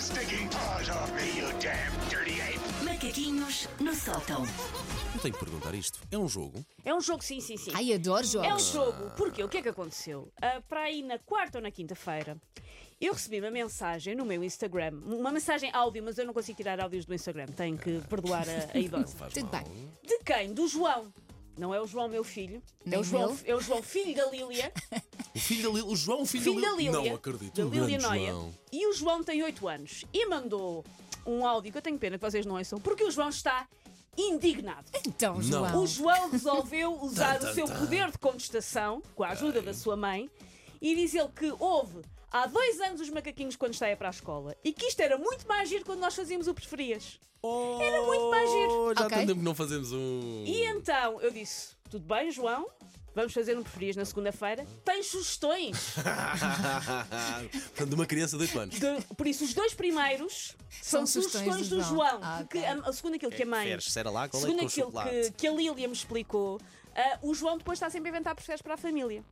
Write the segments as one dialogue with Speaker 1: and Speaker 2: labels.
Speaker 1: stinking paws off me, you damn dirty ape!
Speaker 2: Macaquinhos no sótão.
Speaker 3: Eu tenho que perguntar isto. É um jogo?
Speaker 4: É um jogo, sim, sim, sim.
Speaker 5: Ai, adoro jogos.
Speaker 4: É um jogo. Porquê? O que é que aconteceu? Ah, para aí na quarta ou na quinta-feira, eu recebi uma mensagem no meu Instagram. Uma mensagem áudio, mas eu não consigo tirar áudios do Instagram. Tenho que perdoar a, a idosa.
Speaker 3: Faz
Speaker 5: Tudo
Speaker 3: mal.
Speaker 5: bem.
Speaker 4: De quem? Do João. Não é o João, meu filho. É
Speaker 5: Nem
Speaker 4: o João,
Speaker 5: meu.
Speaker 4: é o João filho da Lília.
Speaker 3: O filho da Lil, o João, o filho,
Speaker 4: filho da Lília.
Speaker 3: Não acredito.
Speaker 4: Da
Speaker 3: Um
Speaker 4: Lília
Speaker 3: grande
Speaker 4: Noia.
Speaker 3: João.
Speaker 4: E o João tem 8 anos. E mandou um áudio que eu tenho pena que vocês não ouçam, porque o João está indignado.
Speaker 5: Então, João.
Speaker 4: O João resolveu usar
Speaker 3: Tan, tan,
Speaker 4: o seu
Speaker 3: tan.
Speaker 4: poder de contestação, com a ajuda da sua mãe, e diz ele que houve há dois anos os macaquinhos quando saía para a escola e que isto era muito mais giro quando nós fazíamos o preferias. Era muito mais giro.
Speaker 3: Oh, já há
Speaker 5: Ok.
Speaker 3: tanto tempo que não fazemos um.
Speaker 4: E então eu disse: tudo bem, João? Vamos fazer um preferias na segunda-feira. Tens sugestões?
Speaker 3: Portanto, de uma criança de 8 anos.
Speaker 4: De- por isso, os dois primeiros são,
Speaker 5: São sugestões
Speaker 4: sugestões
Speaker 5: do
Speaker 4: do
Speaker 5: João.
Speaker 4: João.
Speaker 5: Ah,
Speaker 4: porque
Speaker 5: ok.
Speaker 4: a- a- segundo aquilo que a mãe.
Speaker 3: Feres, É será lá, qual é
Speaker 4: segundo
Speaker 3: com
Speaker 4: aquilo
Speaker 3: chocolate?
Speaker 4: que, que a Lília me explicou, ah, o João depois está sempre a inventar processos para a família.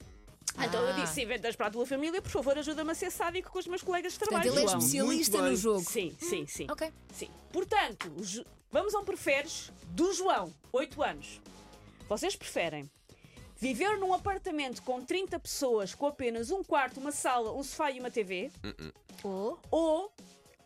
Speaker 4: Então eu
Speaker 5: Ah.
Speaker 4: disse: se inventas para a tua família, por favor, ajuda-me a ser sádico com os meus colegas de
Speaker 5: Portanto,
Speaker 4: trabalho.
Speaker 5: ele é
Speaker 4: João.
Speaker 5: especialista
Speaker 3: Muito bem.
Speaker 5: no jogo.
Speaker 4: Sim, sim, sim.
Speaker 5: Ok.
Speaker 4: Sim. Portanto, o Jo- vamos a um preferes do João, 8 anos. Vocês preferem viver num apartamento com 30 pessoas com apenas um quarto, uma sala, um sofá e uma TV?
Speaker 3: Uh-uh.
Speaker 5: Oh.
Speaker 4: Ou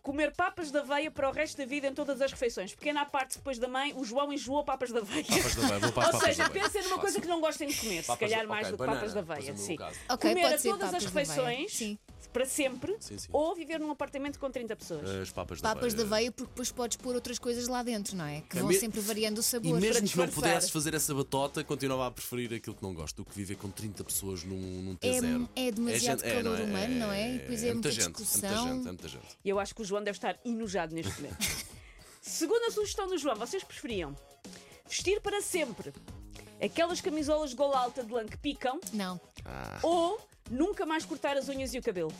Speaker 4: comer papas da aveia para o resto da vida em todas as refeições? Pequena à parte depois da mãe, o João enjoou papas da aveia.
Speaker 3: Papas da aveia, vou para as
Speaker 4: Ou
Speaker 3: papas
Speaker 4: seja,
Speaker 3: da aveia.
Speaker 4: pensem numa coisa que não gostem de comer, se
Speaker 3: Papas-
Speaker 4: calhar mais
Speaker 3: ok,
Speaker 4: do que
Speaker 3: banana,
Speaker 4: papas da
Speaker 3: por
Speaker 4: aveia.
Speaker 3: exemplo, no
Speaker 4: Sim.
Speaker 3: caso.
Speaker 5: Ok,
Speaker 4: comer
Speaker 5: pode
Speaker 4: a
Speaker 5: ser
Speaker 4: todas
Speaker 5: papas
Speaker 4: as
Speaker 5: da aveia.
Speaker 4: refeições
Speaker 5: Sim.
Speaker 4: para sempre
Speaker 3: Sim, Eh, sim.
Speaker 4: ou viver num apartamento com 30 pessoas.
Speaker 3: As papas da
Speaker 5: Papas da
Speaker 3: veia.
Speaker 5: veia, porque depois podes pôr outras coisas lá dentro, não é? Que
Speaker 3: É
Speaker 5: vão
Speaker 3: me-
Speaker 5: sempre variando o
Speaker 3: E
Speaker 5: sabor.
Speaker 3: mesmo que não
Speaker 4: disfarçar.
Speaker 3: pudesse fazer essa batota, continuava a preferir aquilo que não gosto do que viver com 30 pessoas num, num T0.
Speaker 5: é demasiado
Speaker 3: gente-
Speaker 5: calor humano, não é? E depois é muita
Speaker 3: gente, É
Speaker 5: discussão.
Speaker 3: muita gente, é muita gente.
Speaker 4: E eu acho que o João deve estar enojado neste momento. Segunda sugestão do João, vocês preferiam vestir para sempre aquelas camisolas de gola alta de lã que picam
Speaker 5: Não.
Speaker 3: Ah.
Speaker 4: ou nunca mais cortar as unhas e o cabelo?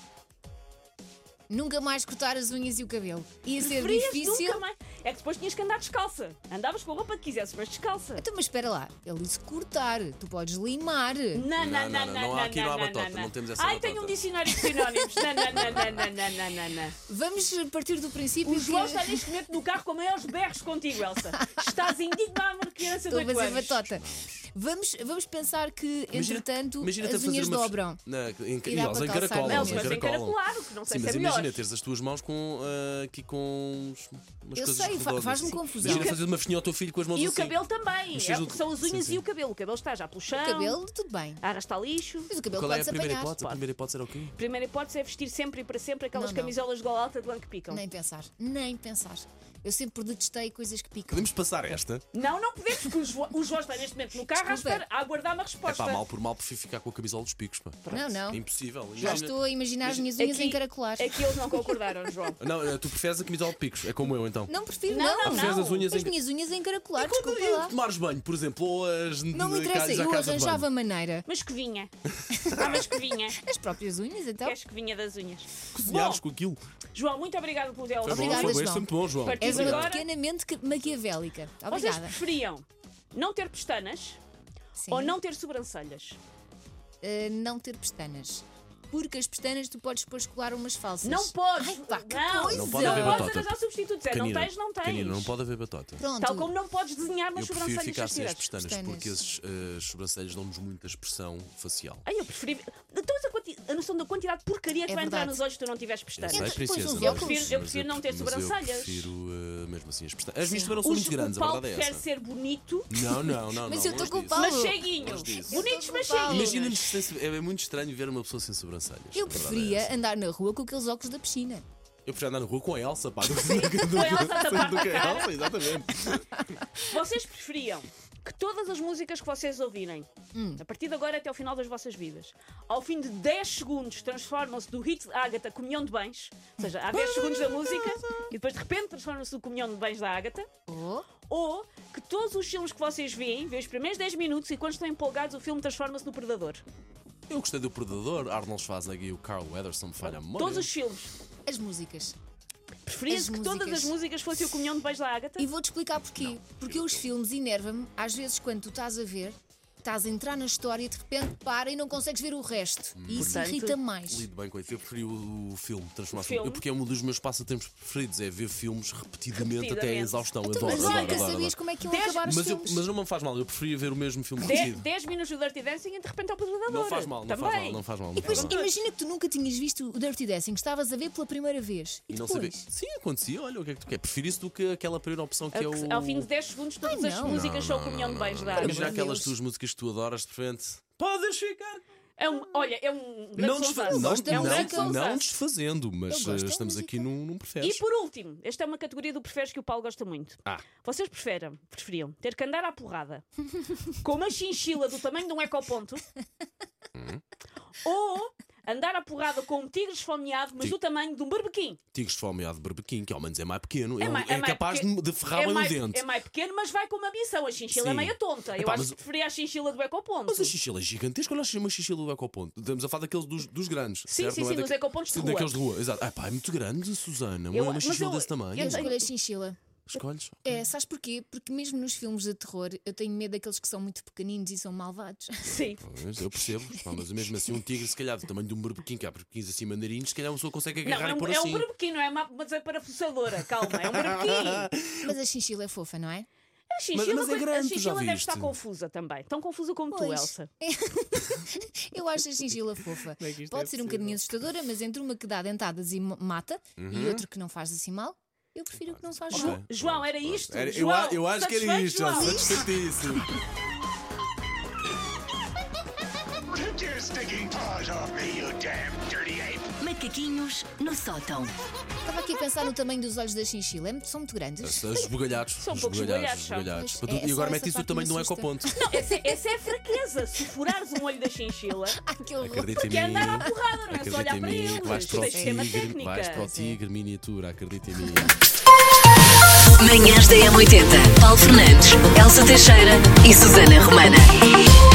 Speaker 5: Nunca mais cortar as unhas e o cabelo. Ia ser
Speaker 4: Preferias
Speaker 5: difícil.
Speaker 4: nunca mais. É que depois tinhas que andar descalça. Andavas com a roupa que quisesses, mas descalça.
Speaker 5: Então, mas espera lá. Ele disse cortar. Tu podes limar.
Speaker 4: Não,
Speaker 3: Não, não, não, não há aqui, não há batota, não temos essa
Speaker 4: Ai,
Speaker 3: batota.
Speaker 4: tenho um dicionário de sinónimos. Não, não, não, não, não, não, não, não.
Speaker 5: Vamos partir do princípio
Speaker 4: O
Speaker 5: que...
Speaker 4: João está neste momento no carro com maiores berros contigo, Elsa. Estás indignada uma criança de
Speaker 5: Estou a
Speaker 4: 8
Speaker 5: fazer
Speaker 4: anos.
Speaker 5: batota. Vamos, vamos pensar que,
Speaker 3: Imagina-
Speaker 5: entretanto,
Speaker 3: imagina-te a
Speaker 5: as
Speaker 3: fazer
Speaker 5: unhas
Speaker 3: uma fes-
Speaker 5: dobram.
Speaker 3: Na, em,
Speaker 5: E dá
Speaker 3: elas
Speaker 5: para calçar
Speaker 3: encaracolam,
Speaker 5: bem.
Speaker 3: elas
Speaker 5: Não, mas
Speaker 3: encaracolam.
Speaker 4: encaracolar, o que não sei
Speaker 3: Sim,
Speaker 4: se
Speaker 3: mas
Speaker 4: é
Speaker 3: imagina
Speaker 4: melhor.
Speaker 3: teres as tuas mãos com, ah, aqui com uns, umas
Speaker 5: Eu
Speaker 3: coisas
Speaker 5: sei, fa-
Speaker 3: redondas,
Speaker 5: faz-me
Speaker 3: assim.
Speaker 5: confusão. E o
Speaker 3: Imagina
Speaker 5: ca-
Speaker 3: fazer uma festinha ao teu filho com as mãos
Speaker 4: E o
Speaker 3: assim.
Speaker 4: cabelo também.
Speaker 3: Mexes
Speaker 4: É-
Speaker 3: o-
Speaker 4: são as unhas
Speaker 3: Sim, sim.
Speaker 4: e o cabelo. O cabelo está já pelo chão.
Speaker 5: O cabelo, tudo bem.
Speaker 4: A ara está lixo.
Speaker 5: Mas o cabelo
Speaker 3: Qual é a
Speaker 5: pode-se
Speaker 3: primeira
Speaker 5: apanhar.
Speaker 3: hipótese? A primeira hipótese era o quê?
Speaker 4: Primeira hipótese é vestir sempre e para sempre aquelas
Speaker 5: Não, não.
Speaker 4: camisolas de gola alta de lã que picam.
Speaker 5: Nem pensar, nem pensar. Eu sempre detestei coisas que picam.
Speaker 3: Podemos passar esta? É
Speaker 4: Não, não podemos, porque o Jo- o João está neste momento no carro à,
Speaker 5: Desculpa.
Speaker 4: espera, a aguardar uma
Speaker 3: É
Speaker 4: resposta.
Speaker 3: pá, mal por mal, prefiro ficar com a camisola dos picos, pá.
Speaker 5: Não, não.
Speaker 3: É impossível.
Speaker 5: Já
Speaker 3: Imagina-
Speaker 5: estou a imaginar as minhas unhas
Speaker 4: Aqui-
Speaker 5: em caracolares.
Speaker 4: Aqui eles não concordaram, João.
Speaker 3: Não, eh, tu preferes a camisola de picos, é como eu então.
Speaker 5: Não prefiro,
Speaker 4: Não,
Speaker 5: não.
Speaker 4: não,
Speaker 3: Ah, preferes
Speaker 4: não.
Speaker 3: as unhas
Speaker 5: As
Speaker 3: em...
Speaker 5: minhas unhas em caracolares, desculpa
Speaker 3: E
Speaker 5: lá.
Speaker 3: tomares banho, por exemplo, ou as...
Speaker 5: Não me interessa, eu arranjava maneira.
Speaker 4: Mas que vinha. Ah, mas que vinha.
Speaker 5: As próprias unhas, então.
Speaker 4: Queres que vinha das unhas.
Speaker 3: Cozinhares com aquilo. É
Speaker 4: João, muito obrigado pelo teu
Speaker 3: Foi bom,
Speaker 5: Obrigada,
Speaker 3: foi bom,
Speaker 5: João. é
Speaker 3: Foi é muito bom, João.
Speaker 4: Partiu
Speaker 5: És uma
Speaker 4: Agora-
Speaker 5: pequenamente que- maquiavélica.
Speaker 4: Vocês
Speaker 5: Obrigada.
Speaker 4: preferiam não ter pestanas
Speaker 5: Sim.
Speaker 4: ou não ter sobrancelhas?
Speaker 5: Uh, não ter pestanas. Porque as pestanas tu podes depois colar umas falsas.
Speaker 4: Não podes.
Speaker 5: Ai, pá, que
Speaker 4: não,
Speaker 5: coisa.
Speaker 3: Não pode haver
Speaker 4: podes
Speaker 3: batota.
Speaker 4: arranjar substitutos. É,
Speaker 3: Canina,
Speaker 4: não tens, não tens.
Speaker 3: Canina, não pode haver batota.
Speaker 5: Pronto.
Speaker 4: Tal como não podes desenhar nas
Speaker 3: Eu prefiro
Speaker 4: sobrancelhas
Speaker 3: ficar
Speaker 4: das
Speaker 3: sem as
Speaker 4: tiras.
Speaker 3: pestanas,
Speaker 5: Pestanas.
Speaker 3: porque esses eh, sobrancelhas dão-nos muita expressão facial.
Speaker 4: Ai, eu preferi. Então, essa quanti- a noção da quantidade de porcaria que
Speaker 5: É
Speaker 4: vai entrar
Speaker 5: verdade.
Speaker 4: nos olhos se tu não tiveres
Speaker 3: Eu
Speaker 4: pestanas.
Speaker 3: sei,
Speaker 5: Então, pões
Speaker 3: princesa,
Speaker 5: uns
Speaker 3: mas-
Speaker 5: óculos. Eu
Speaker 4: prefiro- eu
Speaker 3: mas
Speaker 4: prefiro não ter
Speaker 3: mas
Speaker 4: sobrancelhas.
Speaker 3: Eu prefiro eh, mesmo assim as pestanas. As minhas
Speaker 5: Sim.
Speaker 3: também não são
Speaker 4: O Ju-
Speaker 3: muito grandes,
Speaker 4: o
Speaker 3: a
Speaker 4: Paulo
Speaker 3: verdade é
Speaker 4: quer
Speaker 3: essa.
Speaker 4: ser bonito,
Speaker 3: Não, não, não.
Speaker 5: Mas
Speaker 3: não, é
Speaker 5: eu estou
Speaker 3: longe
Speaker 5: com o
Speaker 3: disso.
Speaker 5: Paulo.
Speaker 4: mas cheguinhos.
Speaker 3: Longe disso.
Speaker 4: Bonitos, mas
Speaker 5: Eu sou do Paulo.
Speaker 4: cheguinhos.
Speaker 3: Imagina-nos sem sob- é muito estranho ver uma pessoa sem sobrancelhas.
Speaker 5: Eu
Speaker 3: a verdade é
Speaker 5: preferia
Speaker 3: essa.
Speaker 5: andar na rua com aqueles óculos da piscina.
Speaker 3: Eu preferia andar na rua com a Elsa, pá. do que- do que-
Speaker 4: a Elsa a tapar-te
Speaker 3: do que
Speaker 4: a
Speaker 3: a
Speaker 4: cara.
Speaker 3: Elsa, exatamente.
Speaker 4: Vocês preferiam que todas as músicas que vocês ouvirem,
Speaker 5: Hum.
Speaker 4: a partir de agora até ao final das vossas vidas, ao fim de 10 segundos transformam-se do hit de Ágata Comunhão de Bens, ou seja, há 10 segundos da música e depois de repente transformam-se do Comunhão de Bens da Ágata,
Speaker 5: Oh,
Speaker 4: ou que todos os filmes que vocês veem, veem os primeiros 10 minutos e quando estão empolgados o filme transforma-se no Predador.
Speaker 3: Eu gostei do Predador, Arnold Schwarzenegger e o Carl Weathers, me falha a memória.
Speaker 4: Todos os filmes.
Speaker 5: as músicas.
Speaker 4: Preferias
Speaker 5: As
Speaker 4: que todas as
Speaker 5: músicas.
Speaker 4: músicas fossem o Comunhão de Bens da Ágata?
Speaker 5: E vou-te explicar porquê. Porque os filmes enervam-me, às vezes, quando tu estás a ver, estás a entrar na história e de repente para e não consegues ver o resto. E isso
Speaker 4: Portanto,
Speaker 5: irrita mais.
Speaker 3: Lido bem com isso. Eu preferi o, o filme, transformar-se.
Speaker 4: filme?
Speaker 3: Eu- Porque é um dos meus passatempos preferidos, é ver filmes repetidamente, até
Speaker 4: Repetidamente.
Speaker 3: à exaustão.
Speaker 5: Então,
Speaker 3: adoro,
Speaker 5: mas
Speaker 3: adoro,
Speaker 5: nunca
Speaker 3: adoro,
Speaker 5: sabias
Speaker 3: adoro.
Speaker 5: como é que iam
Speaker 4: Dez-
Speaker 5: acabar os
Speaker 3: Mas, eu-
Speaker 5: filmes.
Speaker 3: mas não me faz mal, eu preferia ver o mesmo filme repetido.
Speaker 4: 10 minutos do Dirty Dancing e de repente é o Pedro da
Speaker 3: Não
Speaker 4: Dora.
Speaker 3: faz mal, não
Speaker 4: Também.
Speaker 3: faz mal, não faz mal.
Speaker 5: E
Speaker 3: Não
Speaker 5: depois
Speaker 3: faz mal.
Speaker 5: imagina que tu nunca tinhas visto o Dirty Dancing, que estavas a ver pela primeira vez. E,
Speaker 3: E não saber.
Speaker 5: depois?
Speaker 3: Sim, acontecia, olha, o que é que tu quer? Prefiro isso do que aquela primeira opção que é
Speaker 4: A-
Speaker 3: o.
Speaker 4: Ao fim de 10 segundos, todas
Speaker 5: Ai,
Speaker 4: as
Speaker 5: não.
Speaker 4: músicas são com o milhão de bens da água.
Speaker 3: Imagina
Speaker 5: Meu
Speaker 3: aquelas
Speaker 5: Deus.
Speaker 3: tuas músicas que tu adoras de frente. Podes ficar!
Speaker 4: É um, olha, é um grande
Speaker 3: Não, desfa-
Speaker 4: desfazendo.
Speaker 3: não,
Speaker 5: gosto da
Speaker 4: é um grande
Speaker 3: não,
Speaker 4: desfazendo.
Speaker 3: não desfazendo,
Speaker 5: Eu
Speaker 3: mas
Speaker 5: gosto
Speaker 3: eh,
Speaker 5: da
Speaker 3: estamos
Speaker 5: música.
Speaker 3: aqui num, num
Speaker 4: E
Speaker 3: preferes.
Speaker 4: por último, esta é uma categoria do preferes que o Paulo gosta muito.
Speaker 3: Ah.
Speaker 4: Vocês preferem, preferiam ter que andar à porrada com uma chinchila do tamanho de um ecoponto ou andar à porrada com um tigre esfomeado, mas
Speaker 3: Tig-
Speaker 4: do tamanho de um berbequim?
Speaker 3: Tigres de fome de berbequim, que ao menos é mais pequeno. É,
Speaker 4: mai-
Speaker 3: é
Speaker 4: mais
Speaker 3: capaz
Speaker 4: pequeno-
Speaker 3: de, de ferrar bem
Speaker 4: é
Speaker 3: o
Speaker 4: mais,
Speaker 3: dente.
Speaker 4: É mais pequeno, mas vai com uma missão. A chinchila é
Speaker 3: Sim.
Speaker 4: meio tonta. Eu
Speaker 3: Epá,
Speaker 4: acho
Speaker 3: mas-
Speaker 4: que preferia a chinchila do ecoponto.
Speaker 3: Mas a xixila é gigantesca, olha uma xixila do ecoponto. Estamos a falar daqueles dos, dos grandes.
Speaker 4: Sim,
Speaker 3: certo?
Speaker 4: sim,
Speaker 3: Não é
Speaker 4: sim, dos
Speaker 3: daque-
Speaker 4: ecopontos de
Speaker 3: Sim,
Speaker 4: rua.
Speaker 3: Daqueles de rua, exato. Ah, pá, é muito grande, Susana.
Speaker 4: Eu-
Speaker 3: uma
Speaker 4: mas
Speaker 3: xixila
Speaker 4: eu-
Speaker 3: desse tamanho.
Speaker 5: Eu
Speaker 4: Eu-
Speaker 5: escolho a chinchila.
Speaker 3: Escolhes?
Speaker 5: É, sabes porquê? Porque mesmo nos filmes de terror eu tenho medo daqueles que são muito pequeninos e são malvados.
Speaker 4: Sim.
Speaker 3: Pois, eu percebo. Pá, mas mesmo assim, um tigre, se calhar, do tamanho de um berbequim, que há berbequins assim mandarinhos, se calhar uma pessoa consegue
Speaker 4: Não,
Speaker 3: agarrar
Speaker 4: é
Speaker 3: e
Speaker 4: um,
Speaker 3: pôr
Speaker 4: é
Speaker 3: assim.
Speaker 4: um berbequim, não é uma, mas é parafusadora. Calma, é um berbequim.
Speaker 5: Mas a chinchila é fofa, não é?
Speaker 4: A chinchila,
Speaker 3: mas é
Speaker 4: coisa-
Speaker 3: grande,
Speaker 4: a
Speaker 3: tu já
Speaker 4: chinchila deve
Speaker 3: viste.
Speaker 4: estar confusa também. Tão confusa como tu,
Speaker 5: Pois.
Speaker 4: Elsa.
Speaker 5: Eu acho a gingila fofa.
Speaker 3: Como é que isto
Speaker 5: Pode
Speaker 3: é
Speaker 5: ser um
Speaker 3: possível?
Speaker 5: bocadinho assustadora, mas entre uma que dá dentadas e ma- mata e outro que não faz assim mal, eu prefiro o que não faz assim
Speaker 3: Ok.
Speaker 5: mal.
Speaker 4: João,
Speaker 3: Pronto,
Speaker 4: era
Speaker 3: pronto.
Speaker 4: é isto?
Speaker 3: Era- eu
Speaker 4: João,
Speaker 3: a- eu, acho que era
Speaker 4: satisfeito,
Speaker 3: isto,
Speaker 4: João?
Speaker 3: Elsa. Satisfeitíssimo.
Speaker 1: Take your stinking paws off me, you damn dirty ape!
Speaker 2: Macaquinhos no sótão.
Speaker 5: Estava aqui a pensar no tamanho dos olhos da chinchila, é muito- são muito grandes.
Speaker 3: São esbugalhados.
Speaker 4: São um pouco esbugalhados, são.
Speaker 3: esbugalhados.
Speaker 5: Pois, é,
Speaker 3: e agora
Speaker 5: só
Speaker 3: mete
Speaker 5: essa
Speaker 3: isso do
Speaker 5: parte
Speaker 3: tamanho de um
Speaker 5: me assusta.
Speaker 3: ecoponto.
Speaker 4: Não, essa, essa é a fraqueza. Se furares um olho da chinchila,
Speaker 5: Ai, que horror.
Speaker 3: Acredita em
Speaker 4: quer
Speaker 3: mim.
Speaker 4: andar à porrada, não é só
Speaker 3: Acredita
Speaker 4: olhar
Speaker 3: em
Speaker 4: para
Speaker 3: mim.
Speaker 4: eles.
Speaker 3: que Vais para o
Speaker 4: Tens de ter uma
Speaker 3: tigre.
Speaker 4: técnica.
Speaker 3: Vais para o tigre, miniatura. Acredita em mim.
Speaker 2: Manhãs da M80. Paulo Fernandes, Elsa Teixeira e Susana Romana.